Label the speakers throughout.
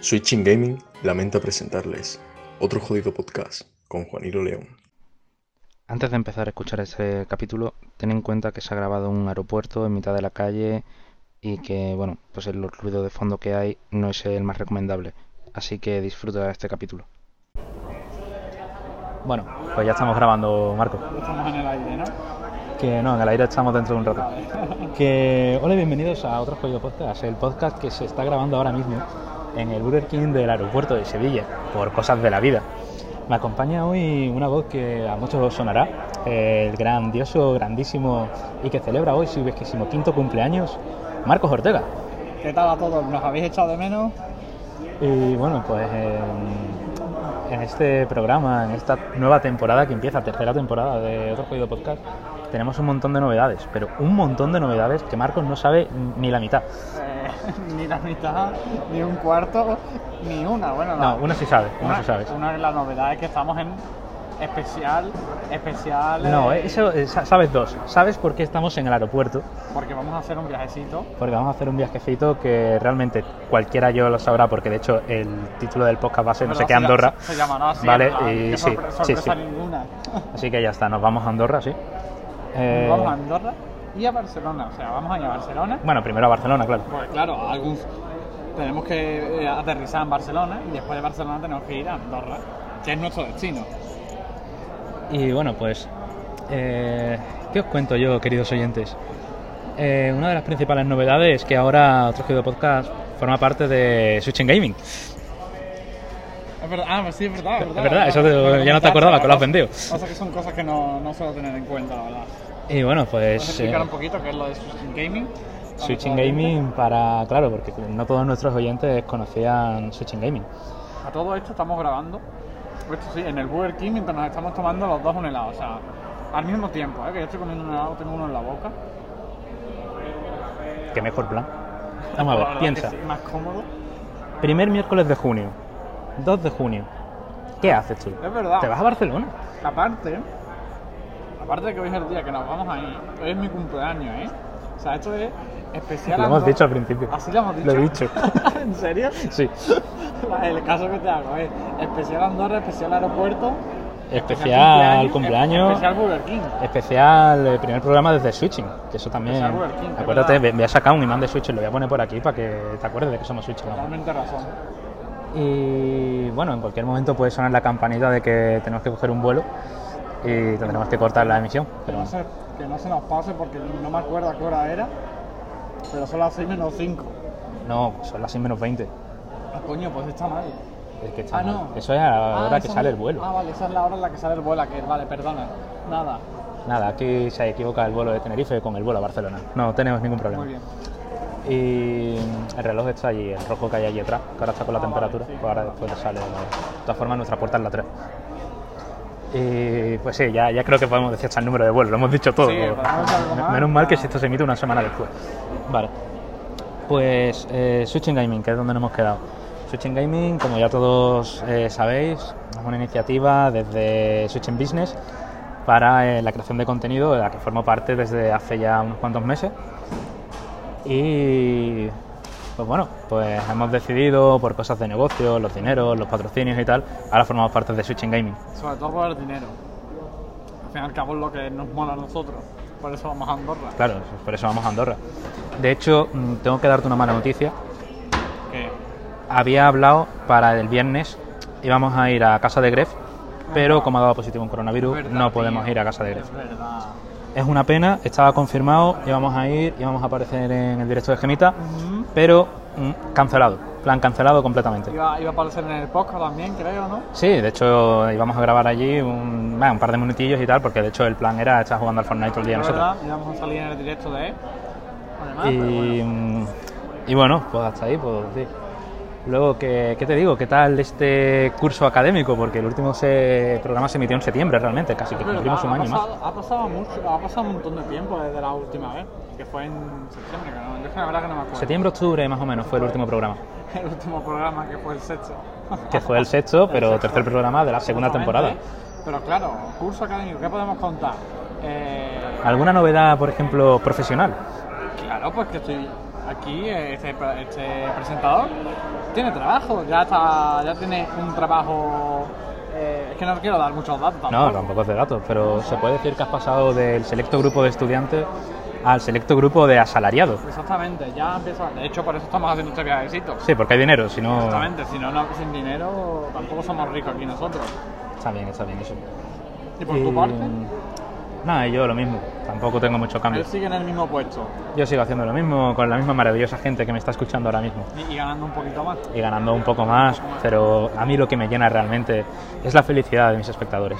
Speaker 1: Switching Gaming lamenta presentarles otro jodido podcast con Juanilo León.
Speaker 2: Antes de empezar a escuchar ese capítulo, ten en cuenta que se ha grabado en un aeropuerto en mitad de la calle y que, bueno, pues el ruido de fondo que hay no es el más recomendable. Así que disfruta de este capítulo.
Speaker 3: Bueno, pues ya estamos grabando, Marco.
Speaker 4: Estamos en el aire, ¿no?
Speaker 3: Que no, en el aire estamos dentro de un rato. Que hola y bienvenidos a otro Jodido Podcast, el podcast que se está grabando ahora mismo en el Burger King del aeropuerto de Sevilla, por cosas de la vida. Me acompaña hoy una voz que a muchos os sonará, el grandioso, grandísimo y que celebra hoy su 25 quinto cumpleaños, Marcos Ortega.
Speaker 4: ¿Qué tal a todos? ¿Nos habéis echado de menos?
Speaker 3: Y bueno, pues eh, en este programa, en esta nueva temporada que empieza, tercera temporada de Otro Jodido Podcast, tenemos un montón de novedades, pero un montón de novedades que Marcos no sabe ni la mitad.
Speaker 4: Eh, ni la mitad, ni un cuarto, ni una. Bueno, la-
Speaker 3: No, una sí sabe, una, sí sabe.
Speaker 4: Una de las novedades que estamos en especial, especial.
Speaker 3: No,
Speaker 4: eh,
Speaker 3: eh, eso eh, sa- sabes dos. Sabes por qué estamos en el aeropuerto,
Speaker 4: Porque vamos a hacer un viajecito.
Speaker 3: porque vamos a hacer un viajecito que realmente cualquiera yo lo sabrá, porque de hecho el título del podcast va a ser no sé
Speaker 4: ¿Verdad?
Speaker 3: qué
Speaker 4: Se ll-
Speaker 3: Andorra.
Speaker 4: Se, llamará así.
Speaker 3: Vale,
Speaker 4: ¿verdad?
Speaker 3: y
Speaker 4: Qué
Speaker 3: sí,
Speaker 4: sorpre-
Speaker 3: sí,
Speaker 4: sorpresa
Speaker 3: sí.
Speaker 4: ninguna.
Speaker 3: Así que ya está, nos vamos a Andorra, sí. Eh,
Speaker 4: Vamos a Andorra y a Barcelona. O sea, vamos a ir a Barcelona.
Speaker 3: Bueno, primero a Barcelona, claro.
Speaker 4: Pues claro, algún- tenemos que eh, aterrizar en Barcelona y después de Barcelona tenemos que ir a Andorra, que es nuestro destino.
Speaker 3: Y bueno, pues, eh, ¿qué os cuento yo, queridos oyentes? Eh, una de las principales novedades es que ahora otro Jodido Podcast forma parte de Switching Gaming.
Speaker 4: Es verdad, ah, pues sí, es verdad. Es verdad,
Speaker 3: verdad,
Speaker 4: es
Speaker 3: eso te-
Speaker 4: Lo
Speaker 3: ya no te
Speaker 4: comentaste,
Speaker 3: acordabas, que lo has
Speaker 4: cosa-
Speaker 3: vendido.
Speaker 4: Cosas que son cosas que no, no suelo tener en cuenta, la verdad.
Speaker 3: Y bueno, pues...
Speaker 4: ¿Puedes explicar
Speaker 3: eh,
Speaker 4: un poquito qué es lo de Switching Gaming? Para
Speaker 3: Switching
Speaker 4: toda la
Speaker 3: Gaming para, claro, porque no todos nuestros oyentes conocían Switching Gaming.
Speaker 4: gente. A todo esto estamos grabando, esto sí, en el Burger King mientras nos estamos tomando los dos un helado, o sea, al mismo tiempo, ¿eh? que yo estoy comiendo un helado, tengo uno en la boca.
Speaker 3: Qué mejor plan. Vamos
Speaker 4: La
Speaker 3: a ver,
Speaker 4: verdad
Speaker 3: piensa.
Speaker 4: que sí, más cómodo.
Speaker 3: Primer miércoles de junio, 2 de junio. ¿Qué haces tú?
Speaker 4: Es verdad.
Speaker 3: ¿Te vas a Barcelona?
Speaker 4: Aparte, aparte de que hoy es el día que nos vamos a ir, hoy es mi cumpleaños, ¿eh? O sea, esto es especial.
Speaker 3: Lo hemos
Speaker 4: Andorra.
Speaker 3: dicho al principio.
Speaker 4: Así lo hemos dicho.
Speaker 3: Lo he dicho.
Speaker 4: ¿En serio?
Speaker 3: Sí.
Speaker 4: El caso que te hago es especial Andorra, especial aeropuerto,
Speaker 3: Especial
Speaker 4: espe-
Speaker 3: cumpleaños.
Speaker 4: especial Burger King.
Speaker 3: Especial eh, primer programa desde Switching, que eso también.
Speaker 4: Especial Burger King, es
Speaker 3: Acuérdate,
Speaker 4: verdad.
Speaker 3: ve- voy a sacar un imán de Switching, lo voy a poner por aquí para que te acuerdes de que somos Switching. vamos.
Speaker 4: Totalmente razón.
Speaker 3: Y bueno, en cualquier momento puede sonar la campanita de que tenemos que coger un vuelo y tendremos que cortar la emisión.
Speaker 4: Que
Speaker 3: Pero
Speaker 4: no,
Speaker 3: bueno.
Speaker 4: se, que no se nos pase porque no me acuerdo a qué hora era, pero son las 6 menos 5.
Speaker 3: No, son las 6 menos 20.
Speaker 4: Ah, coño, pues está mal.
Speaker 3: Es que está
Speaker 4: Ah,
Speaker 3: mal.
Speaker 4: no.
Speaker 3: Eso es a la
Speaker 4: Ah,
Speaker 3: hora que
Speaker 4: esa-
Speaker 3: sale el vuelo.
Speaker 4: Ah, vale, esa es la hora en la que sale el vuelo, que vale, perdona. Nada,
Speaker 3: Nada, aquí se equivoca el vuelo de Tenerife con el vuelo a Barcelona. No tenemos ningún problema.
Speaker 4: muy bien.
Speaker 3: Y el reloj está allí, el rojo que hay allí atrás, que ahora está con la
Speaker 4: Ah,
Speaker 3: temperatura,
Speaker 4: vale, sí.
Speaker 3: pues ahora después sale. De todas formas, nuestra puerta es la 3. Y pues sí, ya, ya creo que podemos decir hasta el número de vuelo, lo hemos dicho todo.
Speaker 4: Sí, podemos decir algo
Speaker 3: Me-
Speaker 4: más.
Speaker 3: Menos mal que
Speaker 4: Ah.
Speaker 3: si esto se emite una semana después. Vale. Pues eh, Switching Gaming, que es donde nos hemos quedado. Switching Gaming, como ya todos eh, sabéis, es una iniciativa desde Switching Business para eh, la creación de contenido, de la que formo parte desde hace ya unos cuantos meses. Y pues bueno, pues hemos decidido por cosas de negocio, los dineros, los patrocinios y tal, ahora formamos parte de Switching Gaming.
Speaker 4: Sobre todo por el dinero. Al fin y al cabo es lo que nos mola a nosotros. Por eso vamos a Andorra.
Speaker 3: Claro, por eso vamos a Andorra. De hecho, mm, tengo que darte una mala noticia.
Speaker 4: Que
Speaker 3: Había hablado para el viernes, íbamos a ir a casa de Gref, pero como ha dado positivo un coronavirus,
Speaker 4: Verdad,
Speaker 3: no podemos
Speaker 4: tío.
Speaker 3: ir a casa de Gref.
Speaker 4: es verdad.
Speaker 3: Es una pena, estaba confirmado, íbamos a ir, íbamos a aparecer en el directo de Gemita,
Speaker 4: Ujú.
Speaker 3: pero mm, cancelado, plan cancelado completamente.
Speaker 4: Iba, iba a aparecer en el podcast también, creo, ¿no?
Speaker 3: Sí, de hecho íbamos a grabar allí un, bueno, un par de minutillos y tal, porque de hecho el plan era estar jugando al Fortnite todo el día
Speaker 4: Es
Speaker 3: nosotros.
Speaker 4: verdad, íbamos a salir en el directo de él. Además,
Speaker 3: Y,
Speaker 4: Ah,
Speaker 3: mm,
Speaker 4: pero bueno.
Speaker 3: y bueno, pues hasta ahí puedo decir. Luego, ¿qué, qué te digo? ¿Qué tal este curso académico? Porque el último se- programa se emitió en septiembre realmente, casi que
Speaker 4: Es verdad,
Speaker 3: cumplimos un
Speaker 4: ha,
Speaker 3: año más.
Speaker 4: pasado, ha pasado mucho, ha pasado un montón de tiempo desde la última vez, que fue en septiembre, que no, yo es que la verdad que no me acuerdo.
Speaker 3: Septiembre, octubre más o menos fue el último programa,
Speaker 4: El último programa que fue el sexto.
Speaker 3: que fue el sexto, pero
Speaker 4: sexto.
Speaker 3: tercer programa de la segunda temporada.
Speaker 4: Exactamente. Pero claro, curso académico, ¿qué podemos contar? Eh,
Speaker 3: ¿Alguna novedad, por ejemplo, profesional?
Speaker 4: Claro, pues que estoy aquí, eh, este, este presentador tiene trabajo, ya está, ya tiene un trabajo. eh, es que no quiero dar muchos datos
Speaker 3: No, tampoco es de datos, pero se puede decir que has pasado del selecto grupo de estudiantes al selecto grupo de asalariados.
Speaker 4: Exactamente, ya empieza. De hecho, por eso estamos haciendo este viajecito.
Speaker 3: Sí, porque hay dinero, si no...
Speaker 4: Exactamente, si no, no, sin dinero tampoco somos ricos aquí nosotros.
Speaker 3: Está bien, está bien eso.
Speaker 4: ¿Y por tu parte?
Speaker 3: No, y yo lo mismo. Tampoco tengo mucho cambio.
Speaker 4: Él sigue en el mismo puesto
Speaker 3: Yo sigo haciendo lo mismo con la misma maravillosa gente que me está escuchando ahora mismo.
Speaker 4: y, y ganando un poquito más.
Speaker 3: Y ganando un poco más, pero a mí lo que me llena realmente es la felicidad de mis espectadores.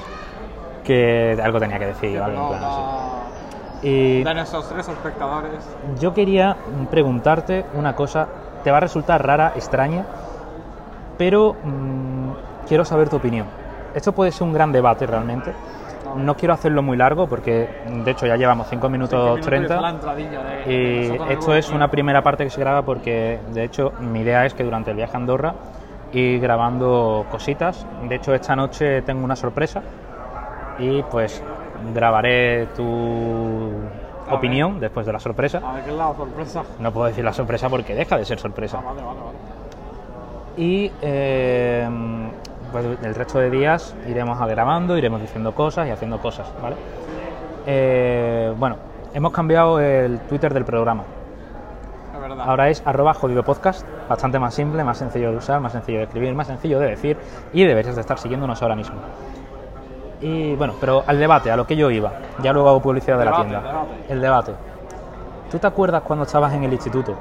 Speaker 3: Que algo tenía que decir, ¿vale? En
Speaker 4: Pero
Speaker 3: plan, sí.
Speaker 4: la-
Speaker 3: Y
Speaker 4: De nuestros tres espectadores.
Speaker 3: yo quería preguntarte una cosa. Te va a resultar rara, extraña, pero mm, quiero saber tu opinión. Esto puede ser un gran debate realmente. No quiero hacerlo muy largo porque, de hecho, ya llevamos 5 minutos
Speaker 4: Cinco minutos
Speaker 3: 30.
Speaker 4: es la entradilla de- de
Speaker 3: Y
Speaker 4: nosotros en el
Speaker 3: esto es
Speaker 4: boletín.
Speaker 3: una primera parte que se graba porque, de hecho, mi idea es que durante el viaje a Andorra ir grabando cositas. De hecho, esta noche tengo una sorpresa y pues grabaré tu
Speaker 4: ver.
Speaker 3: opinión después de la sorpresa.
Speaker 4: A ver qué es la sorpresa.
Speaker 3: No puedo decir la sorpresa porque deja de ser
Speaker 4: Ah,
Speaker 3: sorpresa.
Speaker 4: vale, vale, vale.
Speaker 3: Y eh, pues, el resto de días iremos grabando, iremos diciendo cosas y haciendo cosas, ¿vale? Eh, bueno, hemos cambiado el Twitter del programa.
Speaker 4: Es verdad.
Speaker 3: Ahora es arroba jodido podcast, bastante más simple, más sencillo de usar, más sencillo de escribir, más sencillo de decir y deberías de estar siguiéndonos ahora mismo. Y bueno, pero al debate, a lo que yo iba, ya luego hago publicidad de la
Speaker 4: Debate,
Speaker 3: tienda.
Speaker 4: debate.
Speaker 3: El debate. ¿Tú te acuerdas cuando estabas en el instituto?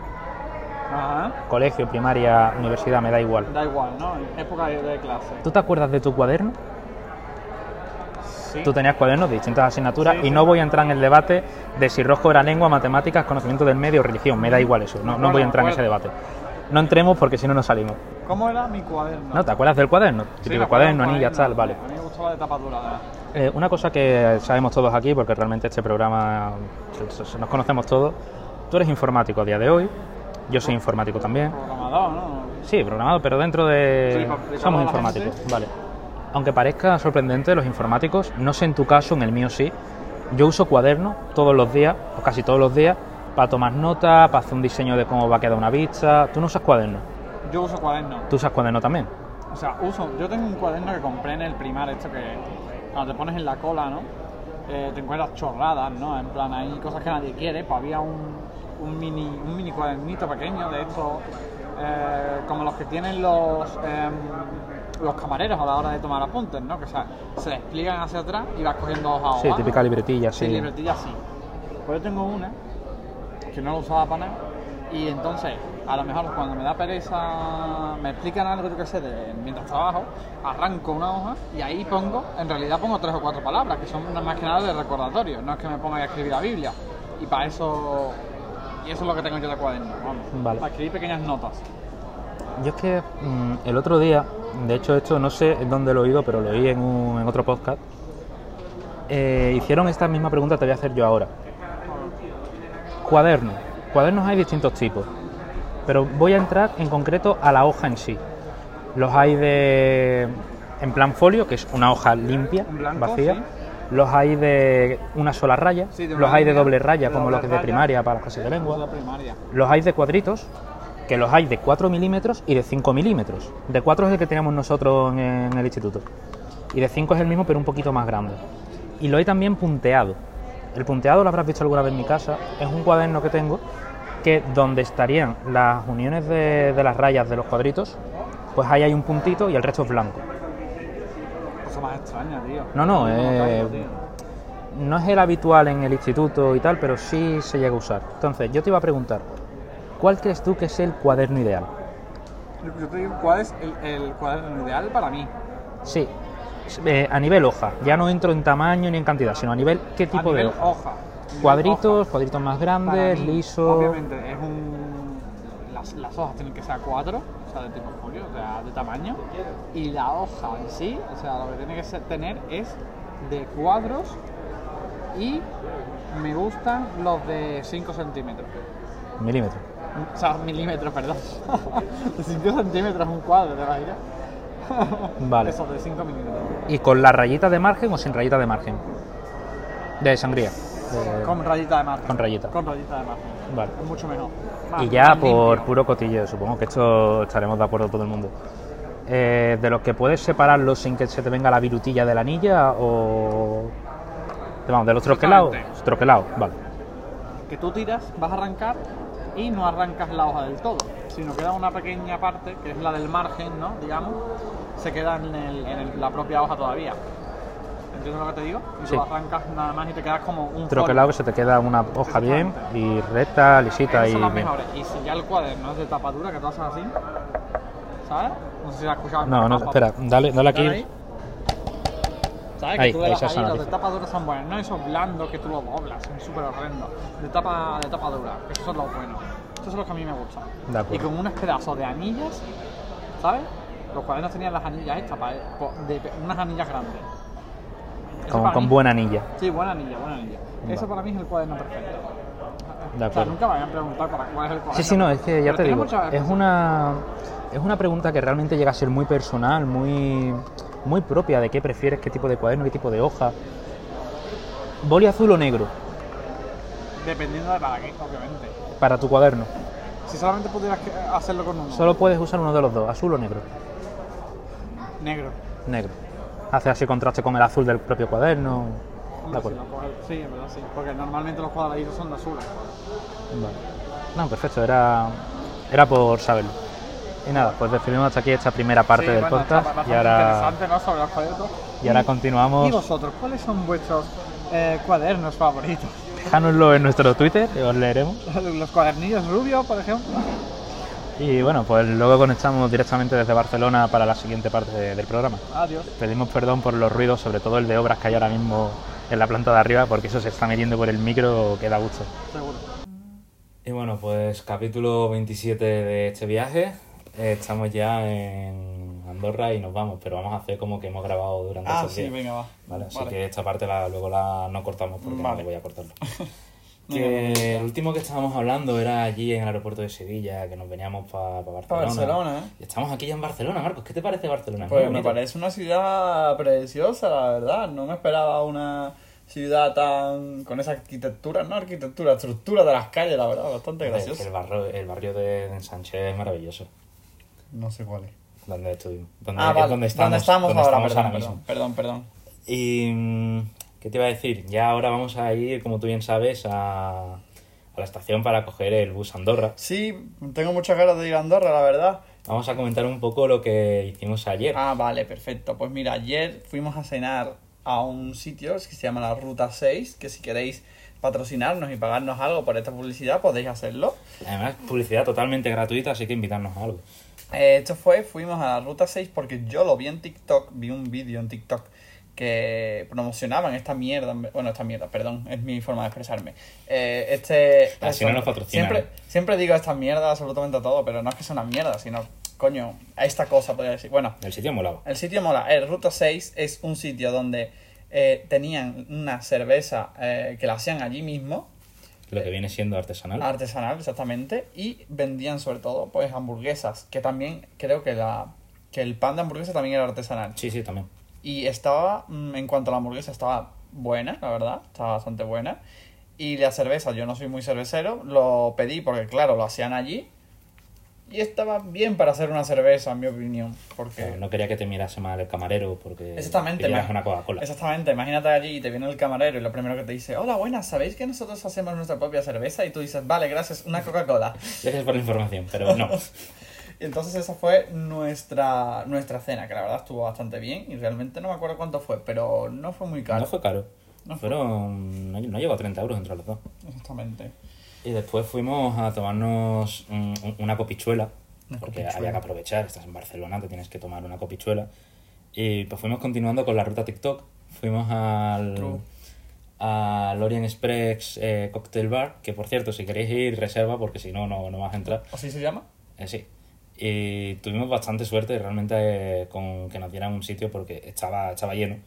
Speaker 4: Ajá.
Speaker 3: Colegio, primaria, universidad, me da igual.
Speaker 4: Da igual, ¿no? En época de, de clase.
Speaker 3: ¿Tú te acuerdas de tu cuaderno?
Speaker 4: Sí.
Speaker 3: Tú tenías cuadernos de distintas asignaturas
Speaker 4: Sí,
Speaker 3: y
Speaker 4: sí.
Speaker 3: no voy a entrar en el debate de si rojo era lengua, matemáticas, conocimiento del medio o religión. Me da igual eso, no, no
Speaker 4: Bueno, pues-
Speaker 3: voy a entrar en ese
Speaker 4: bueno.
Speaker 3: debate. No entremos porque si no nos salimos.
Speaker 4: ¿Cómo era mi cuaderno?
Speaker 3: ¿No? ¿Te acuerdas del cuaderno?
Speaker 4: Sí,
Speaker 3: Típico
Speaker 4: me acuerdo
Speaker 3: cuaderno,
Speaker 4: del
Speaker 3: anillas, tal, vale.
Speaker 4: A mí me gustaba de tapa dura. ¿verdad?
Speaker 3: Eh, una cosa que sabemos todos aquí, porque realmente este programa se- se- nos conocemos todos, tú eres informático a día de hoy, yo soy informático también.
Speaker 4: Programador, ¿no?
Speaker 3: Sí, programado, pero dentro
Speaker 4: Sí,
Speaker 3: de...
Speaker 4: para explicarlo
Speaker 3: Somos
Speaker 4: a la
Speaker 3: informáticos,
Speaker 4: gente.
Speaker 3: vale. Aunque parezca sorprendente, los informáticos, no sé en tu caso, en el mío sí, yo uso cuaderno todos los días, o casi todos los días, para tomar nota, para hacer un diseño de cómo va a quedar una vista. Tú no usas cuaderno,
Speaker 4: Yo uso cuaderno.
Speaker 3: tú usas cuaderno también.
Speaker 4: O sea, uso. Yo tengo un cuaderno que compré en el primar, esto que cuando te pones en la cola, ¿no? Eh, te encuentras chorradas, ¿no? En plan, hay cosas que nadie quiere. Pues había un, un mini, un mini cuadernito pequeño de estos, eh, como los que tienen los, em, los camareros a la hora de tomar apuntes, ¿no? Que o sea, se despliegan hacia atrás y vas cogiendo hoja a
Speaker 3: Sí,
Speaker 4: hoja.
Speaker 3: típica libretilla, sí.
Speaker 4: Ah. Sí, libretilla sí. Pues yo tengo una que no la usaba para nada. Y entonces, a lo mejor cuando me da pereza, me explican algo, yo qué sé, de- mientras trabajo, arranco una hoja y ahí pongo, en realidad pongo tres o cuatro palabras, que son nada más que nada de recordatorio. No es que me ponga a escribir la Biblia. Y para eso. Y eso es lo que tengo yo de cuaderno, vamos.
Speaker 3: Vale.
Speaker 4: Para escribir pequeñas notas.
Speaker 3: Yo es que mm, el otro día, de hecho esto no sé en dónde lo he oído, pero lo oí en, un- en otro podcast, eh, hicieron esta misma pregunta, te voy a hacer yo ahora. Cuadernos. Cuadernos hay distintos tipos, pero voy a entrar en concreto a la hoja en sí. Los hay de en plan folio, que es una hoja limpia,
Speaker 4: En blanco,
Speaker 3: vacía.
Speaker 4: sí.
Speaker 3: Los hay de una sola raya,
Speaker 4: Sí, de una
Speaker 3: los hay de
Speaker 4: línea,
Speaker 3: doble raya,
Speaker 4: de
Speaker 3: como
Speaker 4: doble
Speaker 3: los que de
Speaker 4: raya.
Speaker 3: primaria para las clases de
Speaker 4: Eso es
Speaker 3: lengua.
Speaker 4: de primaria.
Speaker 3: Los hay de cuadritos, que los hay de 4 milímetros y de 5 milímetros. De 4 es el que teníamos nosotros en, en el instituto. Y de 5 es el mismo, pero un poquito más grande. Y lo hay también punteado. El punteado lo habrás visto alguna vez en mi casa. Es un cuaderno que tengo que donde estarían las uniones de, de las rayas de los cuadritos, pues ahí hay un puntito y el resto es blanco.
Speaker 4: Cosa más extraña, tío.
Speaker 3: No, no,
Speaker 4: es...
Speaker 3: eh, no es el habitual en el instituto y tal, pero sí se llega a usar. Entonces, yo te iba a preguntar, ¿cuál crees tú que es el cuaderno ideal?
Speaker 4: Yo yo te digo cuál es el, el cuaderno ideal para mí.
Speaker 3: Sí, eh, a nivel hoja. Ya no entro en tamaño ni en cantidad, sino a nivel qué tipo
Speaker 4: a nivel
Speaker 3: de hoja.
Speaker 4: nivel
Speaker 3: Cuadritos,
Speaker 4: hoja.
Speaker 3: cuadritos más
Speaker 4: Para
Speaker 3: grandes,
Speaker 4: mí,
Speaker 3: lisos.
Speaker 4: Obviamente, es un. Las, las hojas tienen que ser a cuatro, o sea, de tipo folio, o sea, de tamaño. Y la hoja en sí, o sea, lo que tiene que ser- tener es de cuadros y me gustan los de 5 centímetros.
Speaker 3: Milímetros.
Speaker 4: O sea, milímetros, perdón. de 5 centímetros un cuadro, ¿te imaginas?
Speaker 3: Vale.
Speaker 4: Esos de 5 milímetros.
Speaker 3: ¿Y con la rayita de margen o sin rayita de margen? De sangría. eh,
Speaker 4: Con rayita de margen.
Speaker 3: con rayita.
Speaker 4: Con rayita de margen.
Speaker 3: Vale.
Speaker 4: Es mucho mejor.
Speaker 3: Y
Speaker 4: Más-
Speaker 3: ya
Speaker 4: más
Speaker 3: por
Speaker 4: Ah, limpio.
Speaker 3: puro cotillo, supongo que esto estaremos de acuerdo todo el mundo. Eh, ¿De los que puedes separarlo sin que se te venga la virutilla de la anilla o...? Vamos, de los troquelados.
Speaker 4: Exactamente.
Speaker 3: Troquelados, vale.
Speaker 4: que tú tiras, vas a arrancar y no arrancas la hoja del todo, sino queda una pequeña parte, que es la del margen, ¿no? Digamos, se queda en, el- en el- la propia hoja todavía. ¿Entiendes lo que te digo? Y
Speaker 3: Sí.
Speaker 4: tú arrancas nada más y te quedas como un
Speaker 3: Troquelado que
Speaker 4: folio.
Speaker 3: se te queda una hoja bien y recta, lisita
Speaker 4: Esos
Speaker 3: y
Speaker 4: son los
Speaker 3: bien.
Speaker 4: mejores. Y si ya el cuaderno es de tapadura, que tú haces así, ¿sabes? No sé si la has escuchado.
Speaker 3: No, no, espera, dale, dale
Speaker 4: Dale
Speaker 3: aquí.
Speaker 4: ahí. ¿Sabes?
Speaker 3: Ahí,
Speaker 4: que tú
Speaker 3: ahí
Speaker 4: le das
Speaker 3: se
Speaker 4: ahí, los
Speaker 3: sonoriza.
Speaker 4: de tapa dura son buenos, no esos blandos que tú los doblas, son súper horrendos. De tapa, de tapa dura, que esos son los buenos. Esos son los que a mí me gustan.
Speaker 3: De acuerdo.
Speaker 4: Y con unos pedazos de anillas, ¿sabes? Los cuadernos tenían las anillas estas, pa- po- de, pe- unas anillas grandes. Eso
Speaker 3: Con,
Speaker 4: para
Speaker 3: con
Speaker 4: mí-
Speaker 3: buena anilla.
Speaker 4: Sí, buena anilla, buena anilla.
Speaker 3: Vale.
Speaker 4: Eso para mí es el cuaderno perfecto.
Speaker 3: De
Speaker 4: O sea,
Speaker 3: acuerdo.
Speaker 4: nunca me habían preguntado para cuál es el
Speaker 3: Sí,
Speaker 4: cuaderno.
Speaker 3: sí, no, es que ya te
Speaker 4: Pero tiene
Speaker 3: digo,
Speaker 4: muchas
Speaker 3: es una, es una pregunta que realmente llega a ser muy personal, muy, muy propia de qué prefieres, qué tipo de cuaderno, qué tipo de hoja. Boli azul o negro
Speaker 4: Dependiendo de para qué, obviamente.
Speaker 3: para tu cuaderno.
Speaker 4: Si solamente pudieras que- hacerlo con uno,
Speaker 3: Solo puedes usar uno de los dos, azul o negro.
Speaker 4: negro.
Speaker 3: Negro. Hace así contraste con el azul del propio cuaderno. De
Speaker 4: Hombre, si
Speaker 3: acuerdo.
Speaker 4: lo coges- sí, en verdad sí. Porque normalmente los cuadraditos son de ¿eh? azules.
Speaker 3: Vale. No, perfecto, era, era por saberlo. Y nada, pues definimos hasta aquí esta primera parte
Speaker 4: Sí,
Speaker 3: del
Speaker 4: bueno, está
Speaker 3: podcast
Speaker 4: bastante
Speaker 3: y ahora,
Speaker 4: interesante, ¿no? Sobre los cuadernos.
Speaker 3: y ahora
Speaker 4: ¿Y
Speaker 3: continuamos.
Speaker 4: vosotros? ¿Cuáles son vuestros eh, cuadernos favoritos?
Speaker 3: Dejárnoslo en nuestro Twitter, que os leeremos.
Speaker 4: ¿Los cuadernillos rubios, por ejemplo?
Speaker 3: Y bueno, pues luego conectamos directamente desde Barcelona para la siguiente parte de- del programa.
Speaker 4: Adiós.
Speaker 3: Pedimos perdón por los ruidos, sobre todo el de obras que hay ahora mismo en la planta de arriba, porque eso se está metiendo por el micro que da gusto.
Speaker 4: Seguro.
Speaker 3: Y bueno, pues capítulo 27 de este viaje. Eh, Estamos ya en Andorra y nos vamos, pero vamos a hacer como que hemos grabado durante
Speaker 4: Ah,
Speaker 3: esos
Speaker 4: sí,
Speaker 3: días.
Speaker 4: venga, va.
Speaker 3: Vale, así
Speaker 4: Vale.
Speaker 3: que esta parte la, luego la no cortamos porque
Speaker 4: Vale.
Speaker 3: no voy a cortarlo. que el último que estábamos hablando era allí en el aeropuerto de Sevilla, que nos veníamos para Barcelona.
Speaker 5: Barcelona, ¿eh?
Speaker 3: Y Estamos aquí ya en Barcelona, Marcos. ¿Qué te parece Barcelona? Es
Speaker 5: Pues
Speaker 3: muy
Speaker 5: me
Speaker 3: bonito.
Speaker 5: parece una ciudad preciosa, la verdad. No me esperaba una ciudad tan. con esa arquitectura, no arquitectura, estructura de las calles, la verdad, bastante
Speaker 3: Es que El
Speaker 5: graciosa.
Speaker 3: barrio, el barrio de de Sánchez es maravilloso.
Speaker 5: No sé cuál es.
Speaker 3: Donde estuvimos. Donde,
Speaker 5: Ah,
Speaker 3: es
Speaker 5: vale.
Speaker 3: donde estamos, donde
Speaker 5: ahora?
Speaker 3: estamos
Speaker 5: perdón,
Speaker 3: ahora
Speaker 5: perdón,
Speaker 3: mismo.
Speaker 5: perdón, perdón.
Speaker 3: Y. mm, ¿Qué te iba a decir? Ya ahora vamos a ir, como tú bien sabes, a, a la estación para coger el bus a Andorra.
Speaker 5: Sí, tengo muchas ganas de ir a Andorra, la verdad.
Speaker 3: Vamos a comentar un poco lo que hicimos ayer.
Speaker 5: Ah, vale, perfecto. Pues mira, ayer fuimos a cenar a un sitio que se llama la Ruta 6, que si queréis patrocinarnos y pagarnos algo por esta publicidad, podéis hacerlo.
Speaker 3: Además, publicidad totalmente gratuita, así que invitarnos a algo.
Speaker 5: Eh, esto fue, fuimos a la ruta 6 porque yo lo vi en TikTok, vi un vídeo en TikTok que promocionaban esta mierda, en ve- bueno, esta mierda, perdón, es mi forma de expresarme. Eh, este...
Speaker 3: Así
Speaker 5: eso,
Speaker 3: Ah, no nos patrocinan.
Speaker 5: Siempre, siempre digo esta mierda absolutamente a todo, pero no es que sea una mierda, sino, coño, a esta cosa podría decir. Bueno,
Speaker 3: El sitio molaba.
Speaker 5: el sitio mola. El Ruta 6 es un sitio donde eh, tenían una cerveza eh, que la hacían allí mismo,
Speaker 3: Lo que viene siendo artesanal.
Speaker 5: Artesanal, exactamente. Y vendían sobre todo, pues, hamburguesas. Que también creo que la que el pan de hamburguesa también era artesanal.
Speaker 3: Sí, sí, también.
Speaker 5: Y estaba, mm, en cuanto a la hamburguesa, estaba buena, la verdad. Estaba bastante buena. Y la cerveza, yo no soy muy cervecero. Lo pedí porque, claro, lo hacían allí. Y estaba bien para hacer una cerveza, en mi opinión. Porque...
Speaker 3: Eh, No quería que te mirase mal el camarero porque
Speaker 5: Exactamente.
Speaker 3: pidieras
Speaker 5: ima-
Speaker 3: Eh, una Coca-Cola.
Speaker 5: Exactamente. Imagínate allí y te viene el camarero y lo primero que te dice, hola, buenas, ¿sabéis que nosotros hacemos nuestra propia cerveza? Y tú dices, vale, gracias, una Coca-Cola.
Speaker 3: Gracias por la información, pero no.
Speaker 5: Y entonces esa fue nuestra, nuestra cena, que la verdad estuvo bastante bien y realmente no me acuerdo cuánto fue, pero no fue muy caro.
Speaker 3: No fue caro.
Speaker 5: No fue.
Speaker 3: Fueron... No, no llegó a 30 euros entre los dos.
Speaker 5: Exactamente.
Speaker 3: Y después fuimos a tomarnos mm, un- una copichuela,
Speaker 5: Una
Speaker 3: porque
Speaker 5: copichuela.
Speaker 3: había que aprovechar, estás en Barcelona, te tienes que tomar una copichuela. Y pues fuimos continuando con la ruta TikTok, fuimos al,
Speaker 5: True.
Speaker 3: al Orient Express eh, Cocktail Bar, que por cierto, si queréis ir, reserva, porque si no, no, no vas a entrar.
Speaker 5: ¿Así se llama?
Speaker 3: Eh, sí. Y tuvimos bastante suerte realmente eh, con que nos dieran un sitio porque estaba, estaba lleno.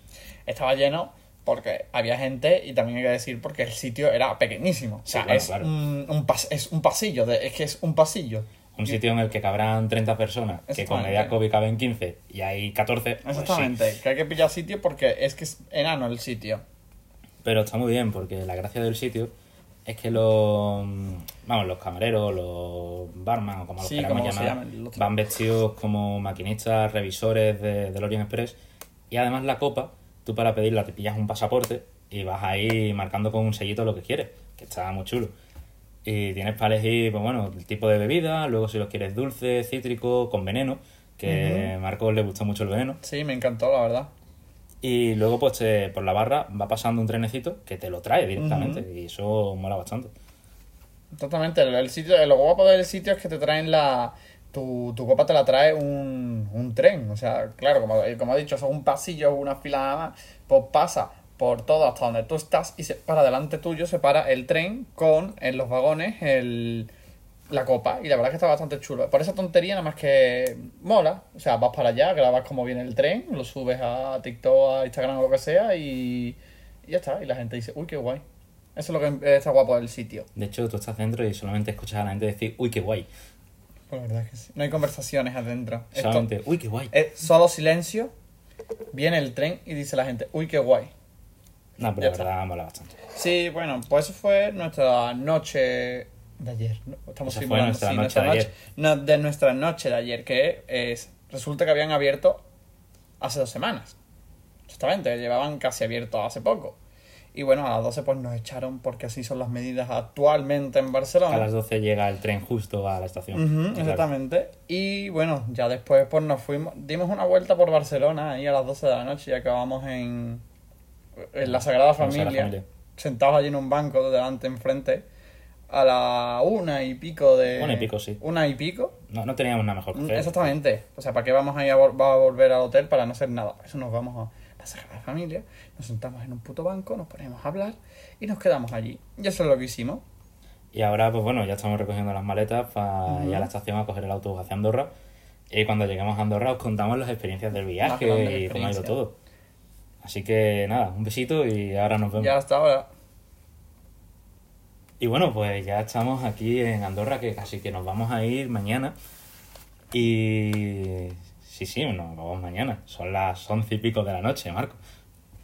Speaker 5: Estaba lleno porque había gente y también hay que decir porque el sitio era pequeñísimo. O
Speaker 3: Sí,
Speaker 5: sea,
Speaker 3: bueno,
Speaker 5: es,
Speaker 3: claro.
Speaker 5: un, un pas- es un pasillo, de- es que es un pasillo.
Speaker 3: Un sitio en el que cabrán 30 personas, que con
Speaker 5: Exactamente.
Speaker 3: media COVID caben 15 y hay 14. pues sí,
Speaker 5: Exactamente, que hay que pillar sitio porque es que es enano el sitio.
Speaker 3: Pero está muy bien, porque la gracia del sitio es que los. Vamos, los camareros, los barman, o como los
Speaker 5: Sí,
Speaker 3: queramos
Speaker 5: como se
Speaker 3: llamar,
Speaker 5: llamen, los-
Speaker 3: van vestidos como maquinistas, revisores de, del Orient Express. Y además la copa, tú para pedirla te pillas un pasaporte y vas ahí marcando con un sellito lo que quieres, que está muy chulo. Y tienes para elegir, pues bueno, el tipo de bebida, luego si los quieres dulce, cítrico, con veneno, que a Marcos le gustó mucho el veneno.
Speaker 5: Sí, me encantó, la verdad.
Speaker 3: Y luego, pues te- por la barra va pasando un trenecito que te lo trae directamente. Y eso mola bastante.
Speaker 5: Exactamente, el, el sitio, lo guapo del sitio es que te traen la... Tu, tu copa te la trae un, un tren, o sea, claro, como, como he dicho, son un pasillo, una fila nada más, pues pasa por todo hasta donde tú estás y se para delante tuyo, se para el tren con en los vagones el, la copa y la verdad es que está bastante chulo. Por esa tontería nada más que mola, o sea, vas para allá, grabas cómo viene el tren, lo subes a TikTok, a Instagram o lo que sea y, y ya está, y la gente dice, uy, qué guay. Eso es lo que eh, está guapo del sitio.
Speaker 3: De hecho, tú estás dentro y solamente escuchas a la gente decir, uy, qué guay.
Speaker 5: Pues La verdad es que sí. No hay conversaciones adentro. Es to-
Speaker 3: Solamente, uy, qué guay.
Speaker 5: es solo silencio. Viene el tren y dice la gente, uy, qué guay.
Speaker 3: No, pero
Speaker 5: ya
Speaker 3: la
Speaker 5: está.
Speaker 3: verdad mola bastante.
Speaker 5: Sí, bueno, pues eso fue nuestra noche de ayer. ¿no? Estamos
Speaker 3: Esa fue
Speaker 5: simulando,
Speaker 3: nuestra
Speaker 5: sí,
Speaker 3: noche
Speaker 5: nuestra
Speaker 3: de
Speaker 5: noche.
Speaker 3: ayer.
Speaker 5: No, de nuestra noche de ayer, que es, resulta que habían abierto hace dos semanas. Exactamente, llevaban casi abierto hace poco. Y bueno, a las 12 pues nos echaron porque así son las medidas actualmente en Barcelona.
Speaker 3: A las 12 llega el tren justo a la estación.
Speaker 5: Ujú,
Speaker 3: Y claro,
Speaker 5: exactamente. Y bueno, ya después pues nos fuimos, dimos una vuelta por Barcelona ahí a las 12 de la noche y acabamos en, en la Sagrada
Speaker 3: Sagrada
Speaker 5: Familia,
Speaker 3: Familia.
Speaker 5: sentados allí en un banco de delante enfrente a la una y pico de...
Speaker 3: Una y pico, sí.
Speaker 5: Una y pico. Mm,
Speaker 3: No, no teníamos nada mejor que hacer.
Speaker 5: Exactamente. O sea, ¿para qué vamos a, ir a, vol- va a volver al hotel para no hacer nada? Para eso nos vamos a la Sagrada Familia, nos sentamos en un puto banco, nos ponemos a hablar y nos quedamos allí. Y eso es lo que hicimos.
Speaker 3: Y ahora, pues bueno, ya estamos recogiendo las maletas para ir a la estación a coger el autobús hacia Andorra. Y cuando lleguemos a Andorra os contamos las experiencias del viaje y
Speaker 5: grandes
Speaker 3: cómo ha ido
Speaker 5: experiencias.
Speaker 3: todo. Así que nada, un besito y ahora nos vemos.
Speaker 5: Ya hasta ahora.
Speaker 3: Y bueno, pues ya estamos aquí en Andorra, que casi que nos vamos a ir mañana. Y... Sí, sí, nos vamos mañana. Son las once y pico de la noche, Marco.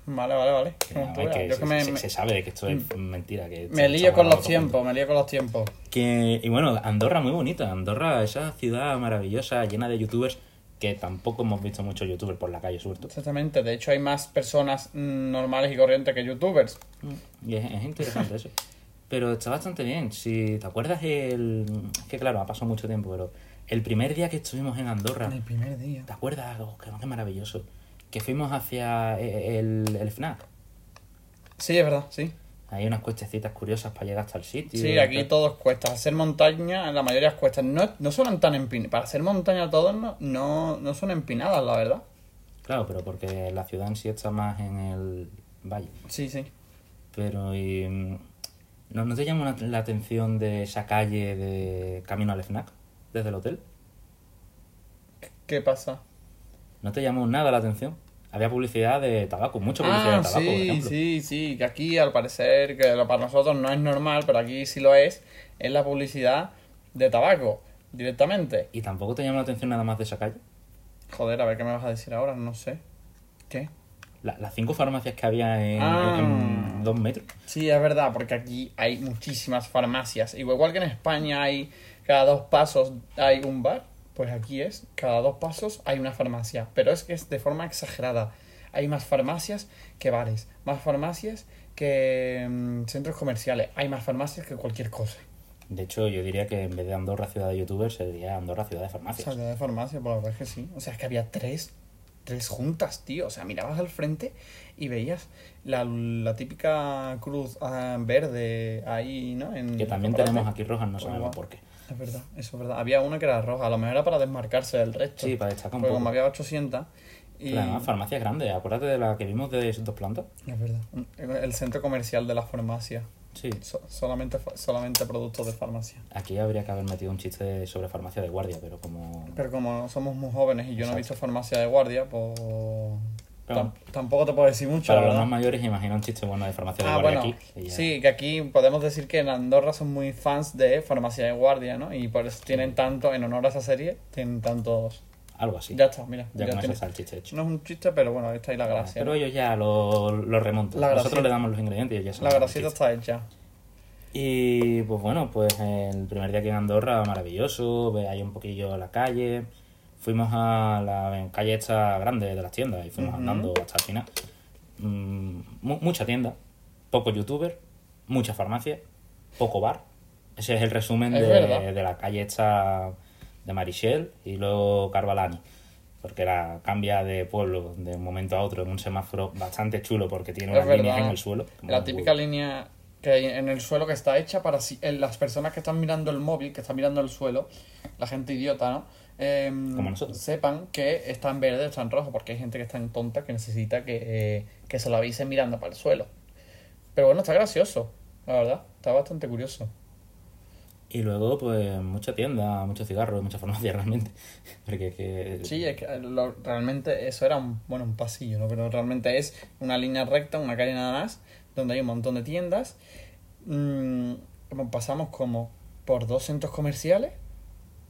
Speaker 5: Vale, vale, vale.
Speaker 3: Que
Speaker 5: Como
Speaker 3: no,
Speaker 5: tú
Speaker 3: es
Speaker 5: veas.
Speaker 3: que
Speaker 5: Yo
Speaker 3: se,
Speaker 5: que me-
Speaker 3: se-
Speaker 5: me- mm,
Speaker 3: se sabe de que esto es mentira. Que
Speaker 5: Me
Speaker 3: estamos
Speaker 5: lío con
Speaker 3: grabando
Speaker 5: los
Speaker 3: todo
Speaker 5: tiempos,
Speaker 3: junto.
Speaker 5: me lío con los tiempos.
Speaker 3: Que, y bueno, Andorra muy bonita. Andorra, esa ciudad maravillosa, llena de youtubers, que tampoco hemos visto muchos youtubers por la calle, surto.
Speaker 5: Exactamente, de hecho hay más personas mm, normales y corrientes que youtubers.
Speaker 3: Y es, es interesante eso. Pero está bastante bien. Si te acuerdas el... Es que claro, ha pasado mucho tiempo, pero... El primer día que estuvimos en Andorra...
Speaker 5: primer día.
Speaker 3: ¿Te acuerdas? Oh, qué, qué maravilloso. Que fuimos hacia e- el, el FNAC.
Speaker 5: Sí, es verdad, sí.
Speaker 3: Hay unas cuestecitas curiosas para llegar hasta el sitio.
Speaker 5: Sí, aquí
Speaker 3: Tal.
Speaker 5: todos cuestas. Hacer montaña, la mayoría es cuestas. No, no son tan empinadas. Para hacer montaña todos no, no, no son empinadas, la verdad.
Speaker 3: Claro, pero porque la ciudad en sí está más en el valle.
Speaker 5: Sí, sí.
Speaker 3: Pero y, mm, ¿no, ¿no te llama la- la atención de esa calle de camino al FNAC desde el hotel?
Speaker 5: ¿Qué pasa?
Speaker 3: ¿No te llamó nada la atención? Había publicidad de tabaco, mucha publicidad
Speaker 5: Ah,
Speaker 3: de tabaco, por
Speaker 5: sí,
Speaker 3: ejemplo.
Speaker 5: sí, sí, que aquí al parecer, que lo- para nosotros no es normal, pero aquí sí lo es, es la publicidad de tabaco, directamente.
Speaker 3: ¿Y tampoco te llama la atención nada más de esa calle?
Speaker 5: Joder, a ver qué me vas a decir ahora, no sé. ¿Qué?
Speaker 3: La- las cinco farmacias que había en,
Speaker 5: Ah.
Speaker 3: en dos metros.
Speaker 5: Sí, es verdad, porque aquí hay muchísimas farmacias. Igual igual que en España hay cada dos pasos hay un bar, pues aquí es cada dos pasos hay una farmacia. Pero es que es de forma exagerada. Hay más farmacias que bares, más farmacias que mm, centros comerciales, hay más farmacias que cualquier cosa.
Speaker 3: De hecho, yo diría que en vez de Andorra ciudad de youtubers, sería Andorra ciudad de
Speaker 5: O sea,
Speaker 3: farmacias.
Speaker 5: de farmacia, por la verdad es que sí. O sea, es que había tres, tres juntas, tío. O sea, mirabas al frente y veías la, la típica cruz ah, verde ahí, ¿no? En-
Speaker 3: Que también
Speaker 5: aparte. Pues
Speaker 3: tenemos aquí rojas, no sabemos
Speaker 5: Igual.
Speaker 3: por qué.
Speaker 5: Es verdad, eso es verdad. Había una que era roja, a lo mejor era para desmarcarse del resto.
Speaker 3: Sí, para destacar un
Speaker 5: Porque como
Speaker 3: poco.
Speaker 5: había 800 y...
Speaker 3: Pero además, farmacias grandes. Acuérdate de la que vimos de dos plantas.
Speaker 5: Es verdad. El centro comercial de la farmacia.
Speaker 3: Sí.
Speaker 5: So- solamente, fa- solamente productos de farmacia.
Speaker 3: Aquí habría que haber metido un chiste sobre farmacia de guardia, pero como...
Speaker 5: Pero como somos muy jóvenes y yo no
Speaker 3: Exacto.
Speaker 5: he visto farmacia de guardia, pues...
Speaker 3: Claro.
Speaker 5: tam- tampoco te puedo decir mucho,
Speaker 3: Para
Speaker 5: la
Speaker 3: los
Speaker 5: verdad.
Speaker 3: más mayores, imagina un chiste bueno de farmacia de
Speaker 5: Ah,
Speaker 3: guardia
Speaker 5: bueno,
Speaker 3: aquí. y ya.
Speaker 5: sí, que aquí podemos decir que en Andorra son muy fans de Farmacia de Guardia, ¿no? Y por eso tienen tanto, en honor a esa serie, tienen tantos
Speaker 3: Algo así.
Speaker 5: Ya está, mira.
Speaker 3: Ya
Speaker 5: ya
Speaker 3: con eso
Speaker 5: tiene.
Speaker 3: está el chiste hecho.
Speaker 5: No es un chiste, pero bueno, está ahí la gracia.
Speaker 3: Pero
Speaker 5: ¿no?
Speaker 3: ellos ya lo, lo remontan.
Speaker 5: La
Speaker 3: Nosotros
Speaker 5: gracia.
Speaker 3: le damos los ingredientes y ellos ya se
Speaker 5: La
Speaker 3: lo
Speaker 5: gracita está hecha.
Speaker 3: Y pues bueno, pues el primer día aquí en Andorra, maravilloso, ve ahí un poquillo la calle. Fuimos a la calle esta grande de las tiendas y fuimos
Speaker 5: Ujú.
Speaker 3: andando hasta el final. Mm, mu- mucha tienda, poco youtuber, mucha farmacia, poco bar. Ese es el resumen
Speaker 5: Es
Speaker 3: de,
Speaker 5: verdad.
Speaker 3: de la calle esta de Marichel y luego Carvalani. Porque la cambia de pueblo de un momento a otro en un semáforo bastante chulo porque tiene
Speaker 5: Es
Speaker 3: unas líneas
Speaker 5: verdad.
Speaker 3: en el suelo. como
Speaker 5: La
Speaker 3: un
Speaker 5: típica
Speaker 3: huevo.
Speaker 5: línea que hay en el suelo que está hecha para si, en las personas que están mirando el móvil, que están mirando el suelo, la gente idiota, ¿no? Eh,
Speaker 3: Como nosotros.
Speaker 5: Sepan que está en verde o está en rojo, porque hay gente que está en tonta que necesita que, eh, que se lo avise mirando para el suelo. Pero bueno, está gracioso, la verdad. Está bastante curioso.
Speaker 3: Y luego, pues, mucha tienda, muchos cigarros, mucha farmacia realmente. Porque es que.
Speaker 5: Sí, es que eh, lo- realmente eso era un, bueno, un pasillo, ¿no? Pero realmente es una línea recta, una calle nada más, donde hay un montón de tiendas. Mm, como pasamos como por dos centros comerciales,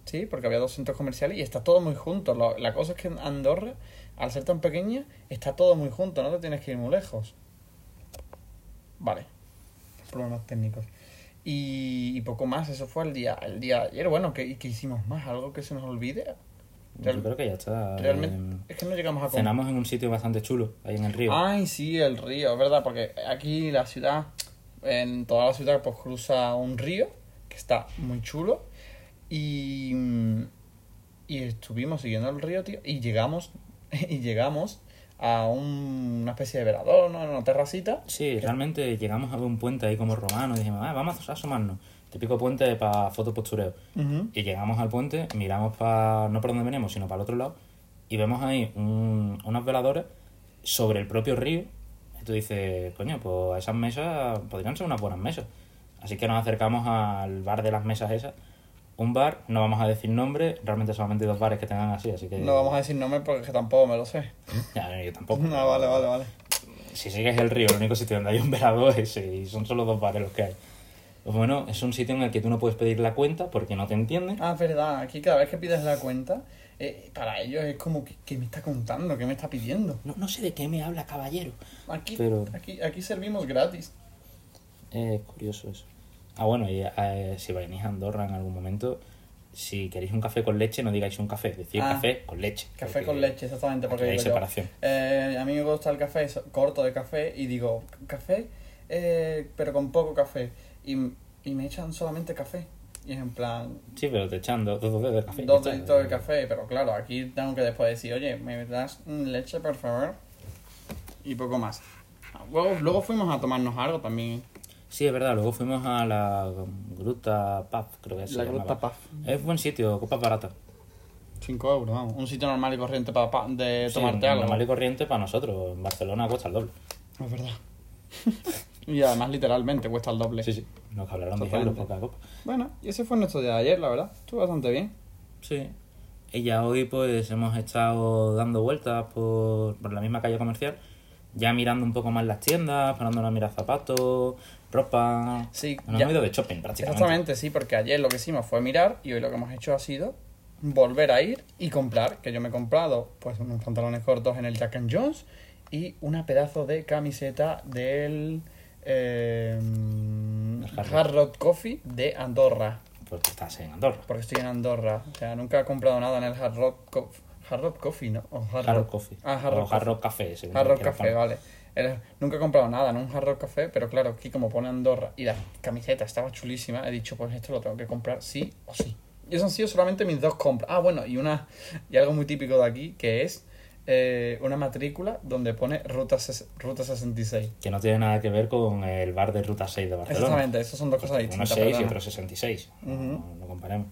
Speaker 5: ¿sí? Porque había dos centros comerciales y está todo muy junto. Lo- la cosa es que en Andorra, al ser tan pequeña, está todo muy junto, no te tienes que ir muy lejos. Vale. Problemas técnicos. Y, y poco más, eso fue el día, el día de ayer. Bueno, ¿qué, qué hicimos más? ¿Algo que se nos olvide?
Speaker 3: Yo creo que ya está.
Speaker 5: Realmente
Speaker 3: Eh,
Speaker 5: es Ah, que no llegamos a comer.
Speaker 3: Cenamos en un sitio bastante chulo, ahí en el río.
Speaker 5: Ay, sí, el río, es verdad, porque aquí la ciudad, en toda la ciudad, pues cruza un río que está muy chulo. Y, y estuvimos siguiendo el río, tío, y llegamos, y llegamos a un- una especie de velador, ¿no? En una terracita.
Speaker 3: Sí, realmente llegamos a ver un puente ahí como romano y dijimos, ah, vamos a asomarnos. Típico puente para fotopostureo.
Speaker 5: Ujú.
Speaker 3: Y llegamos al puente, miramos para, no por donde venimos, sino para el otro lado, y vemos ahí un- unos veladores sobre el propio río. Y tú dices, coño, pues esas mesas podrían ser unas buenas mesas. Así que nos acercamos al bar de las mesas esas. Un bar, no vamos a decir nombre, realmente solamente hay dos bares que tengan así, así que...
Speaker 5: No vamos a decir nombre porque es que tampoco me lo sé.
Speaker 3: Ya, yo tampoco.
Speaker 5: No, vale, vale, vale.
Speaker 3: Si sigues el río, el único sitio donde hay un velador es ese, y son solo dos bares los que hay. Pues bueno, es un sitio en el que tú no puedes pedir la cuenta porque no te entienden.
Speaker 5: Ah, es verdad, aquí cada vez que pides la cuenta, eh, para ellos es como, que qué me está contando? ¿Qué me está pidiendo?
Speaker 3: No, no sé de qué me habla, caballero.
Speaker 5: Aquí,
Speaker 3: Pero-
Speaker 5: aquí, aquí servimos gratis.
Speaker 3: Es curioso eso. Ah, bueno, y eh, si venís a Andorra en algún momento, si queréis un café con leche, no digáis un café, decid
Speaker 5: Ah.
Speaker 3: café con leche.
Speaker 5: Café
Speaker 3: porque
Speaker 5: con leche, exactamente. Porque
Speaker 3: aquí hay
Speaker 5: digo yo,
Speaker 3: separación.
Speaker 5: eh, a mí me gusta el café, so- corto de café, y digo, café, eh, pero con poco café. Y, y me echan solamente café. Y es en plan,
Speaker 3: Sí, pero te echan dos, dos dedos de café.
Speaker 5: dos
Speaker 3: ya está.
Speaker 5: deditos de café, pero claro, aquí tengo que después decir, oye, ¿me das mm, leche, por favor? Y poco más. Ah, Luego, luego fuimos a tomarnos algo también.
Speaker 3: Sí, es verdad, luego fuimos a la Gruta Pub, creo que se
Speaker 5: La
Speaker 3: llamaba.
Speaker 5: Gruta Pub.
Speaker 3: Es buen sitio, copas baratas.
Speaker 5: 5 euros, vamos. Un sitio normal y corriente para de
Speaker 3: Sí,
Speaker 5: tomarte algo.
Speaker 3: Normal y corriente para nosotros, en Barcelona cuesta el doble.
Speaker 5: Es verdad. y además, literalmente, cuesta el doble.
Speaker 3: Sí, sí, nos hablaron 10 euros por cada copa.
Speaker 5: Bueno, y ese fue nuestro día de ayer, la verdad. Estuvo bastante bien.
Speaker 3: Sí. Y ya hoy pues hemos estado dando vueltas por, por la misma calle comercial, ya mirando un poco más las tiendas, parándonos a mirar zapatos, ropa.
Speaker 5: Sí,
Speaker 3: Nos
Speaker 5: ya-
Speaker 3: hemos ido de shopping prácticamente.
Speaker 5: Exactamente, sí, porque ayer lo que hicimos fue mirar y hoy lo que hemos hecho ha sido volver a ir y comprar. Que yo me he comprado pues unos pantalones cortos en el Jack and Jones y una pedazo de camiseta del eh,
Speaker 3: Hard
Speaker 5: Hard, Rock Coffee de Andorra.
Speaker 3: Porque estás en Andorra.
Speaker 5: Porque estoy en Andorra. O sea, nunca he comprado nada en el Hard Rock, Co- Hard Rock Coffee, ¿no? O Hard,
Speaker 3: Hard
Speaker 5: Rock-
Speaker 3: Rock Coffee.
Speaker 5: Ah, Hard
Speaker 3: o
Speaker 5: Rock
Speaker 3: Hard
Speaker 5: Coffee.
Speaker 3: Rock Café. según
Speaker 5: Hard Rock
Speaker 3: quieras
Speaker 5: Café,
Speaker 3: poner.
Speaker 5: vale. Era- nunca he comprado nada, no un Hard Rock Café, pero claro, aquí como pone Andorra y la camiseta estaba chulísima, he dicho, pues esto lo tengo que comprar sí o sí. Y eso han sido solamente mis dos compras. Ah, bueno, y una y algo muy típico de aquí, que es eh, una matrícula donde pone ruta, ses- ruta 66.
Speaker 3: Que no tiene nada que ver con el bar de Ruta 6 de Barcelona. Pues
Speaker 5: Exactamente, esas son dos cosas
Speaker 3: Uno
Speaker 5: distintas.
Speaker 3: 6 y
Speaker 5: perdona.
Speaker 3: otro 66. no, no comparemos.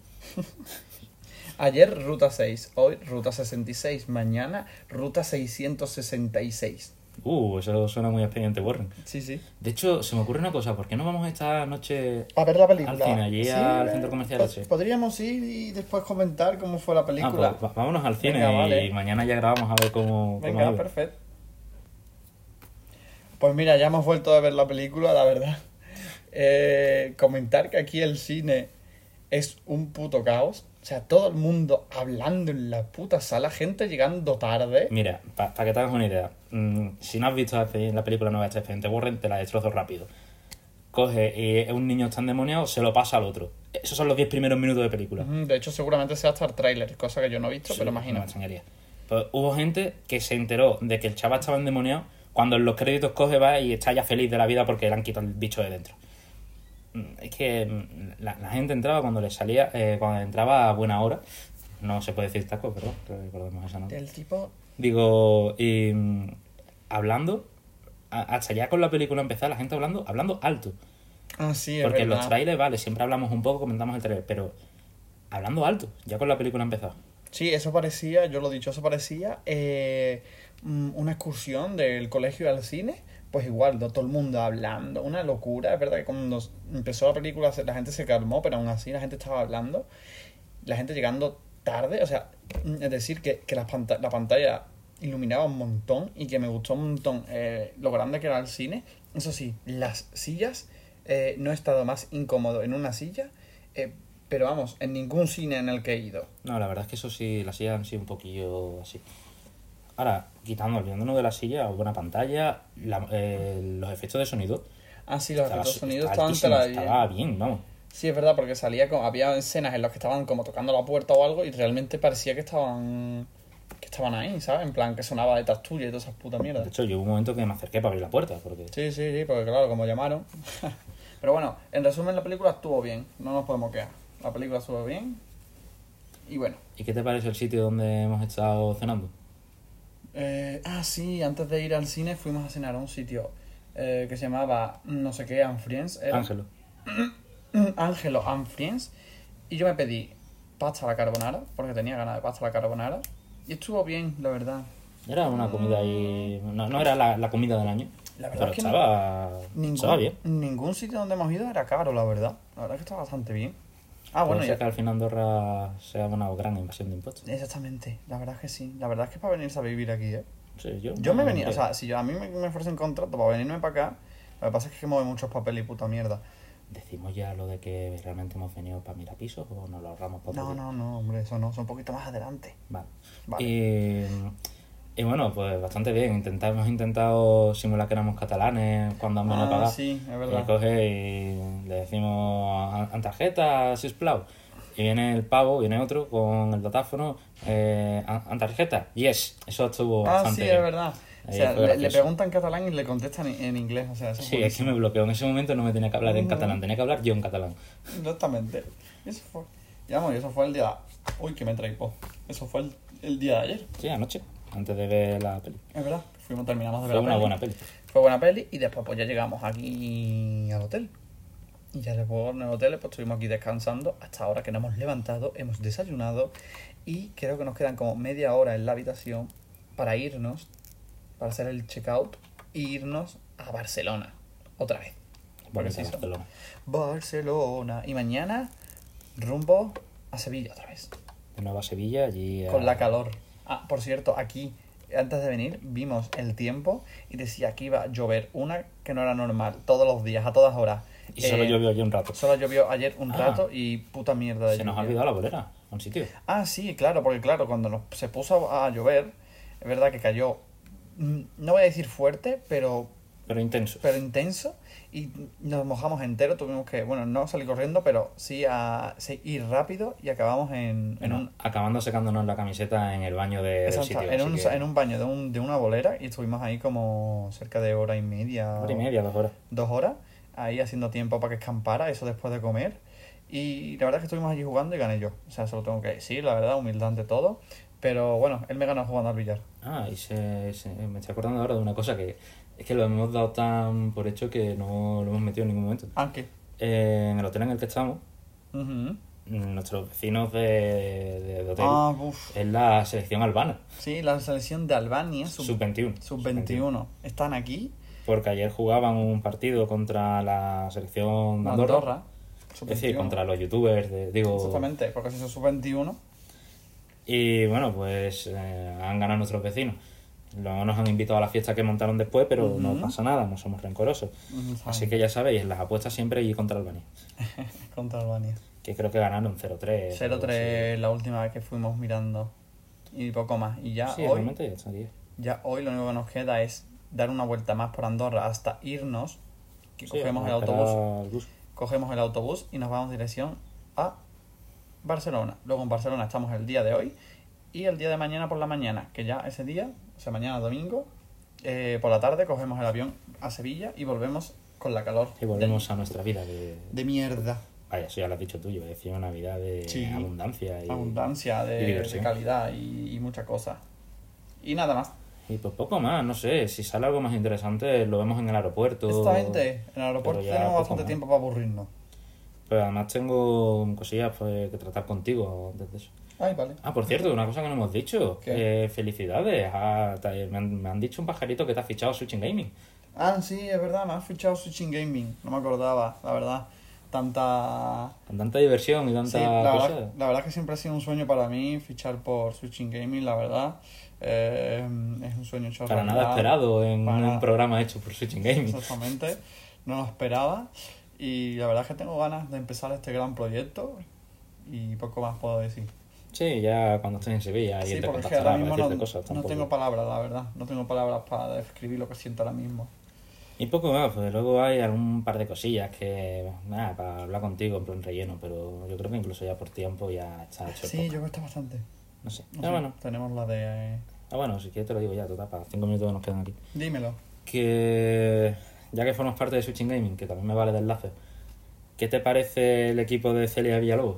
Speaker 5: Ayer ruta 6, hoy ruta 66, mañana ruta 666.
Speaker 3: Uh, eso suena muy a expediente Warren.
Speaker 5: Sí, sí.
Speaker 3: De hecho, se me ocurre una cosa, ¿por qué no vamos esta noche
Speaker 5: A ver la película.
Speaker 3: Al cine, allí al centro comercial,
Speaker 5: po-
Speaker 3: sí.
Speaker 5: Podríamos ir y después comentar cómo fue la película.
Speaker 3: Ah, pues, va- vámonos al cine
Speaker 5: Venga,
Speaker 3: y
Speaker 5: vale.
Speaker 3: mañana ya grabamos a ver cómo. cómo
Speaker 5: Venga,
Speaker 3: iba.
Speaker 5: perfecto. Pues mira, ya hemos vuelto a ver la película, la verdad. Eh, comentar que aquí el cine es un puto caos. O sea, todo el mundo hablando en la puta sala, gente llegando tarde.
Speaker 3: Mira, para que te hagas una idea, mm, si no has visto la pe- la película nueva de este expediente Warren, te la destrozo rápido. Coge y eh, un niño está endemoniado, se lo pasa al otro. Esos son los 10 primeros minutos de película.
Speaker 5: Ujú, De hecho, seguramente sea hasta el tráiler, cosa que yo no he visto, pero imagino.
Speaker 3: Una changuería. Pues hubo gente que se enteró de que el chaval estaba endemoniado cuando en los créditos coge va y está ya feliz de la vida porque le han quitado el bicho de dentro. Mm, Es que mm, la, la gente entraba cuando le salía, eh, cuando entraba a buena hora. No se puede decir taco, perdón, que recordemos esa nota.
Speaker 5: El tipo
Speaker 3: Digo, y, mm, hablando, a- hasta ya con la película empezar, la gente hablando, hablando alto.
Speaker 5: Ah, sí, es
Speaker 3: Porque en los
Speaker 5: verdad.
Speaker 3: trailers, vale, siempre hablamos un poco, comentamos el trailer, pero hablando alto, ya con la película empezado.
Speaker 5: Sí, eso parecía, yo lo he dicho, eso parecía eh, mm, una excursión del colegio al cine. Pues igual, no todo el mundo hablando, una locura. Es verdad que cuando s- empezó la película se- la gente se calmó, pero aún así la gente estaba hablando. La gente llegando tarde, o sea, mm, es decir, que, que las panta- la pantalla iluminaba un montón y que me gustó un montón eh, lo grande que era el cine. Eso sí, las sillas, eh, no he estado más incómodo en una silla, eh, pero vamos, en ningún cine en el que he ido.
Speaker 3: No, la verdad es que eso sí, las sillas han sido un poquillo así. Ahora, quitando, olvidándonos de la silla, buena pantalla, la- eh, los efectos de sonido.
Speaker 5: Ah, sí, los efectos de sonido
Speaker 3: estaba
Speaker 5: estaban
Speaker 3: altísimo,
Speaker 5: tela bien.
Speaker 3: estaba bien, vamos.
Speaker 5: Sí, es verdad, porque salía con, había escenas en las que estaban como tocando la puerta o algo y realmente parecía que estaban que estaban ahí, ¿sabes? En plan, que sonaba de Tastuya y todas esas putas
Speaker 3: De
Speaker 5: mierdas.
Speaker 3: hecho, yo hubo un momento que me acerqué para abrir la puerta, porque
Speaker 5: Sí, sí, sí, porque claro, como llamaron. Pero bueno, en resumen, la película estuvo bien, no nos podemos quejar. La película estuvo bien. Y bueno,
Speaker 3: ¿Y qué te parece el sitio donde hemos estado cenando?
Speaker 5: eh, ah, sí, antes de ir al cine fuimos a cenar a un sitio eh, que se llamaba, no sé qué, and Friends. era.
Speaker 3: Ángelo.
Speaker 5: Ángelo and Friends y yo me pedí pasta a la carbonara porque tenía ganas de pasta a la carbonara y estuvo bien, la verdad.
Speaker 3: Era una comida ahí. No, no era la, la comida del año.
Speaker 5: Mm. La verdad
Speaker 3: pero
Speaker 5: es que
Speaker 3: estaba.
Speaker 5: Ningún,
Speaker 3: Estaba bien.
Speaker 5: ningún sitio donde hemos ido era caro, la verdad. La verdad es que estaba bastante bien. Ah,
Speaker 3: Ah,
Speaker 5: bueno,
Speaker 3: bueno, ya
Speaker 5: ya.
Speaker 3: que al final Andorra se ha una gran invasión de impuestos.
Speaker 5: Exactamente, la verdad es que sí. La verdad es que es para venirse a vivir aquí, ¿eh?
Speaker 3: Sí, yo,
Speaker 5: Yo me
Speaker 3: no
Speaker 5: venía, o
Speaker 3: creo.
Speaker 5: sea, si yo, a mí me, me ofrecen contrato para venirme para acá, lo que pasa es que mueve muchos papeles y puta mierda.
Speaker 3: Decimos ya lo de que realmente hemos venido para mirar pisos o nos lo ahorramos para otro
Speaker 5: No,
Speaker 3: día?
Speaker 5: no, no, hombre, eso no, son un poquito más adelante.
Speaker 3: Vale.
Speaker 5: Vale.
Speaker 3: Y, y bueno, pues bastante bien. Intenta- hemos intentado simular que éramos catalanes cuando han venido a
Speaker 5: Ah,
Speaker 3: pagar.
Speaker 5: sí, es verdad.
Speaker 3: Y coge y le decimos "An- an tarjeta, sisplau. Y viene el pavo, viene otro con el datáfono, eh, "An- an tarjeta, yes. Eso estuvo
Speaker 5: Ah,
Speaker 3: bastante
Speaker 5: sí,
Speaker 3: bien.
Speaker 5: es verdad. O
Speaker 3: Ahí
Speaker 5: sea,
Speaker 3: fue
Speaker 5: le, le
Speaker 3: gracioso.
Speaker 5: preguntan en catalán y le contestan en, en inglés, o sea, eso es
Speaker 3: Sí, es que me bloqueó. En ese momento no me tenía que hablar
Speaker 5: Mm.
Speaker 3: en catalán, tenía que hablar yo en catalán.
Speaker 5: Exactamente. Eso fue. Ya, bueno, eso fue el día. Uy, que me traipo. Eso fue el, el día de ayer.
Speaker 3: Sí, anoche, antes de ver la peli.
Speaker 5: Es verdad. Fuimos, terminamos de ver
Speaker 3: Fue
Speaker 5: la
Speaker 3: una
Speaker 5: peli.
Speaker 3: buena peli.
Speaker 5: Fue buena peli y después pues ya llegamos aquí al hotel. Y ya después en el hotel pues estuvimos aquí descansando hasta ahora que nos hemos levantado, hemos desayunado y creo que nos quedan como media hora en la habitación para irnos, para hacer el checkout e irnos a Barcelona otra vez.
Speaker 3: Porque
Speaker 5: sí,
Speaker 3: sí,
Speaker 5: son-
Speaker 3: Barcelona.
Speaker 5: Barcelona. Y mañana rumbo a Sevilla otra vez.
Speaker 3: De nuevo a Sevilla, allí. eh, a-
Speaker 5: Con la calor. Ah, por cierto, aquí, antes de venir, vimos el tiempo y decía que iba a llover una que no era normal, todos los días, a todas horas.
Speaker 3: Y solo
Speaker 5: Eh,
Speaker 3: llovió allí un rato.
Speaker 5: Solo llovió ayer un
Speaker 3: Ah.
Speaker 5: rato y puta mierda de
Speaker 3: Se nos ha
Speaker 5: lluvia.
Speaker 3: olvidado la bolera, un sitio.
Speaker 5: Ah, sí, claro, porque claro, cuando nos- se puso a, a llover, es verdad que cayó, mm, no voy a decir fuerte, pero,
Speaker 3: Pero intenso.
Speaker 5: pero intenso y nos mojamos entero, tuvimos que, bueno, no salir corriendo, pero sí, a, sí ir rápido y acabamos en, en
Speaker 3: Bueno,
Speaker 5: un
Speaker 3: acabando secándonos la camiseta en el baño de, del
Speaker 5: Exacto,
Speaker 3: sitio.
Speaker 5: en,
Speaker 3: así
Speaker 5: un,
Speaker 3: que
Speaker 5: en un baño de, un- de una bolera y estuvimos ahí como cerca de hora y media,
Speaker 3: Hora y media, dos horas.
Speaker 5: dos horas, ahí haciendo tiempo para que escampara, eso después de comer. Y la verdad es que estuvimos allí jugando y gané yo. O sea, eso lo tengo que decir, la verdad, humildad ante todo. Pero bueno, él me ganó jugando al billar.
Speaker 3: Ah, y se, se- me estoy acordando ahora de una cosa que es que lo hemos dado tan por hecho que no lo hemos metido en ningún momento.
Speaker 5: Aunque.
Speaker 3: Eh, en el hotel en el que estamos,
Speaker 5: Ujú.
Speaker 3: nuestros vecinos de, de- de hotel
Speaker 5: Ah, uf.
Speaker 3: es la selección albana,
Speaker 5: Sí, la selección de Albania, sub-
Speaker 3: sub-21.
Speaker 5: sub-21, están aquí.
Speaker 3: Porque ayer jugaban un partido contra la selección de Andorra.
Speaker 5: Andorra.
Speaker 3: Es
Speaker 5: sub-21.
Speaker 3: decir, contra los youtubers, de- digo,
Speaker 5: Pues Exactamente, porque si son sub-21,
Speaker 3: Y bueno, pues eh, han ganado nuestros vecinos. Luego nos han invitado a la fiesta que montaron después, pero no pasa nada, no somos rencorosos.
Speaker 5: Ujú, está
Speaker 3: Así
Speaker 5: bien.
Speaker 3: que ya sabéis, en las apuestas siempre y contra Albania.
Speaker 5: contra Albania.
Speaker 3: que creo que ganaron 0-3.
Speaker 5: 0-3 la última vez que fuimos mirando. Y poco más. Y ya
Speaker 3: Sí,
Speaker 5: hoy.
Speaker 3: realmente está bien.
Speaker 5: Ya hoy lo único que nos queda es dar una vuelta más por Andorra hasta irnos. Que
Speaker 3: Sí,
Speaker 5: cogemos
Speaker 3: vamos
Speaker 5: el
Speaker 3: a esperar
Speaker 5: autobús.
Speaker 3: al bus.
Speaker 5: Cogemos el autobús y nos vamos dirección a Barcelona. Luego en Barcelona estamos el día de hoy. Y el día de mañana por la mañana, que ya ese día, o sea, mañana domingo, eh, por la tarde cogemos el avión a Sevilla y volvemos con la calor.
Speaker 3: Y volvemos a nuestra vida de...
Speaker 5: De, de mierda.
Speaker 3: Vaya, eso ya lo has dicho tú, yo decía una vida de
Speaker 5: Sí.
Speaker 3: abundancia y...
Speaker 5: Abundancia
Speaker 3: y
Speaker 5: de, de
Speaker 3: diversión.
Speaker 5: calidad y, y muchas cosas. Y nada más.
Speaker 3: Y pues poco más, no sé, si sale algo más interesante lo vemos en el aeropuerto.
Speaker 5: Esta gente, en el aeropuerto
Speaker 3: pero ya
Speaker 5: tenemos
Speaker 3: poco
Speaker 5: bastante
Speaker 3: más.
Speaker 5: tiempo para aburrirnos.
Speaker 3: Pero además tengo cosillas pues, que tratar contigo antes de eso.
Speaker 5: Ay, vale.
Speaker 3: Ah, por cierto, una cosa que no hemos dicho.
Speaker 5: ¿Qué?
Speaker 3: Eh, felicidades. Ah, te- me, han, me han dicho un pajarito que te ha fichado a Switching Gaming.
Speaker 5: Ah, sí, es verdad, me has fichado Switching Gaming. No me acordaba, la verdad. Tanta.
Speaker 3: Con tanta diversión y tanta
Speaker 5: Sí, la
Speaker 3: cosa.
Speaker 5: verdad, la verdad que siempre ha sido un sueño para mí fichar por Switching Gaming, la verdad. Eh, es un sueño hecho
Speaker 3: Para nada
Speaker 5: realidad.
Speaker 3: esperado en
Speaker 5: Para nada.
Speaker 3: un programa hecho por Switching Gaming.
Speaker 5: Exactamente, no lo esperaba. Y la verdad es que tengo ganas de empezar este gran proyecto. Y poco más puedo decir.
Speaker 3: Sí, ya cuando estés en Sevilla y
Speaker 5: Sí,
Speaker 3: te
Speaker 5: porque es que
Speaker 3: contactará
Speaker 5: ahora
Speaker 3: para
Speaker 5: mismo
Speaker 3: decirte
Speaker 5: no,
Speaker 3: cosas.
Speaker 5: no
Speaker 3: tampoco.
Speaker 5: tengo palabras, la verdad. No tengo palabras para describir lo que siento ahora mismo.
Speaker 3: Y poco más, pues luego hay algún par de cosillas que, nada, para hablar contigo en plan relleno, pero yo creo que incluso ya por tiempo ya está hecho. el
Speaker 5: Sí,
Speaker 3: podcast.
Speaker 5: yo cuesta bastante.
Speaker 3: No sé.
Speaker 5: No
Speaker 3: Ah,
Speaker 5: sé,
Speaker 3: bueno.
Speaker 5: Tenemos la de. eh,
Speaker 3: Ah, bueno, si quieres te lo digo ya, total, para cinco minutos que nos quedan aquí.
Speaker 5: Dímelo.
Speaker 3: que ya que formas parte de Switching Gaming, que también me vale de enlace, ¿qué te parece el equipo de Celia Villalobos?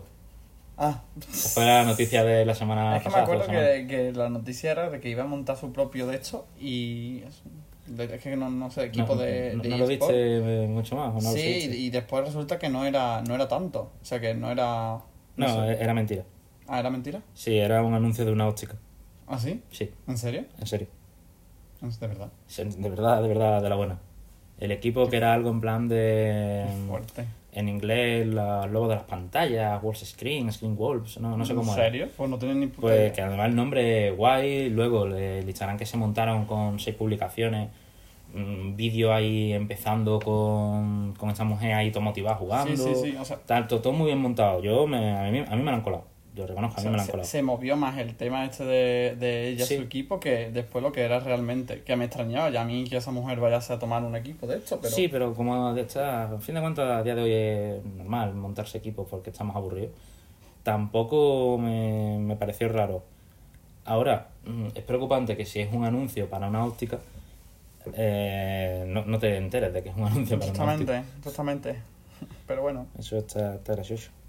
Speaker 5: Ah,
Speaker 3: Esa Fue la noticia de la semana
Speaker 5: es que me
Speaker 3: pasada. hace
Speaker 5: acuerdo
Speaker 3: dos semanas.
Speaker 5: que, que la noticia era de que iba a montar su propio de esto y. Es de- es que no, no sé, equipo
Speaker 3: no,
Speaker 5: de.
Speaker 3: no-
Speaker 5: de
Speaker 3: no lo
Speaker 5: eSport.
Speaker 3: viste eh, mucho más, ¿o no lo
Speaker 5: sí,
Speaker 3: seguiste?
Speaker 5: y, y después resulta que no era, no era tanto. O sea, que no era.
Speaker 3: No,
Speaker 5: sé.
Speaker 3: eh, era mentira.
Speaker 5: Ah, ¿era mentira?
Speaker 3: Sí, era un anuncio de una óptica.
Speaker 5: ¿Ah, sí?
Speaker 3: Sí,
Speaker 5: ¿En serio?
Speaker 3: en serio.
Speaker 5: Es de verdad.
Speaker 3: Se- De verdad, de verdad, de la buena. El equipo que era algo en plan de.
Speaker 5: Fuerte.
Speaker 3: En inglés, los logos de las pantallas, Wolves Screen, Screen Wolves, no, no sé cómo
Speaker 5: ¿En
Speaker 3: era.
Speaker 5: serio? Pues no tienen ni puta
Speaker 3: Pues que
Speaker 5: idea.
Speaker 3: además el nombre guay, luego le- el Instagram que se montaron con seis publicaciones, un vídeo ahí empezando con, con esta mujer ahí todo motivada jugando,
Speaker 5: Sí, sí, sí, o sea-
Speaker 3: tal, todo, todo muy bien montado. Yo me, a, mí, a mí me lo han colado, yo reconozco, a
Speaker 5: O
Speaker 3: mí
Speaker 5: sea,
Speaker 3: me lo han
Speaker 5: se,
Speaker 3: colado.
Speaker 5: se movió más el tema este de, de ella,
Speaker 3: Sí.
Speaker 5: su equipo, que después lo que era realmente. Que me extrañaba ya a mí que esa mujer vayase a tomar un equipo de esto, pero.
Speaker 3: Sí, pero como de esta, a fin de cuentas a día de hoy es normal montarse equipos porque estamos aburridos, tampoco me, me pareció raro. Ahora, mm, es preocupante que si es un anuncio para una óptica, eh, no, no te enteres de que es un anuncio para una óptica.
Speaker 5: Justamente, justamente. Pero bueno,
Speaker 3: Eso está, está gracioso.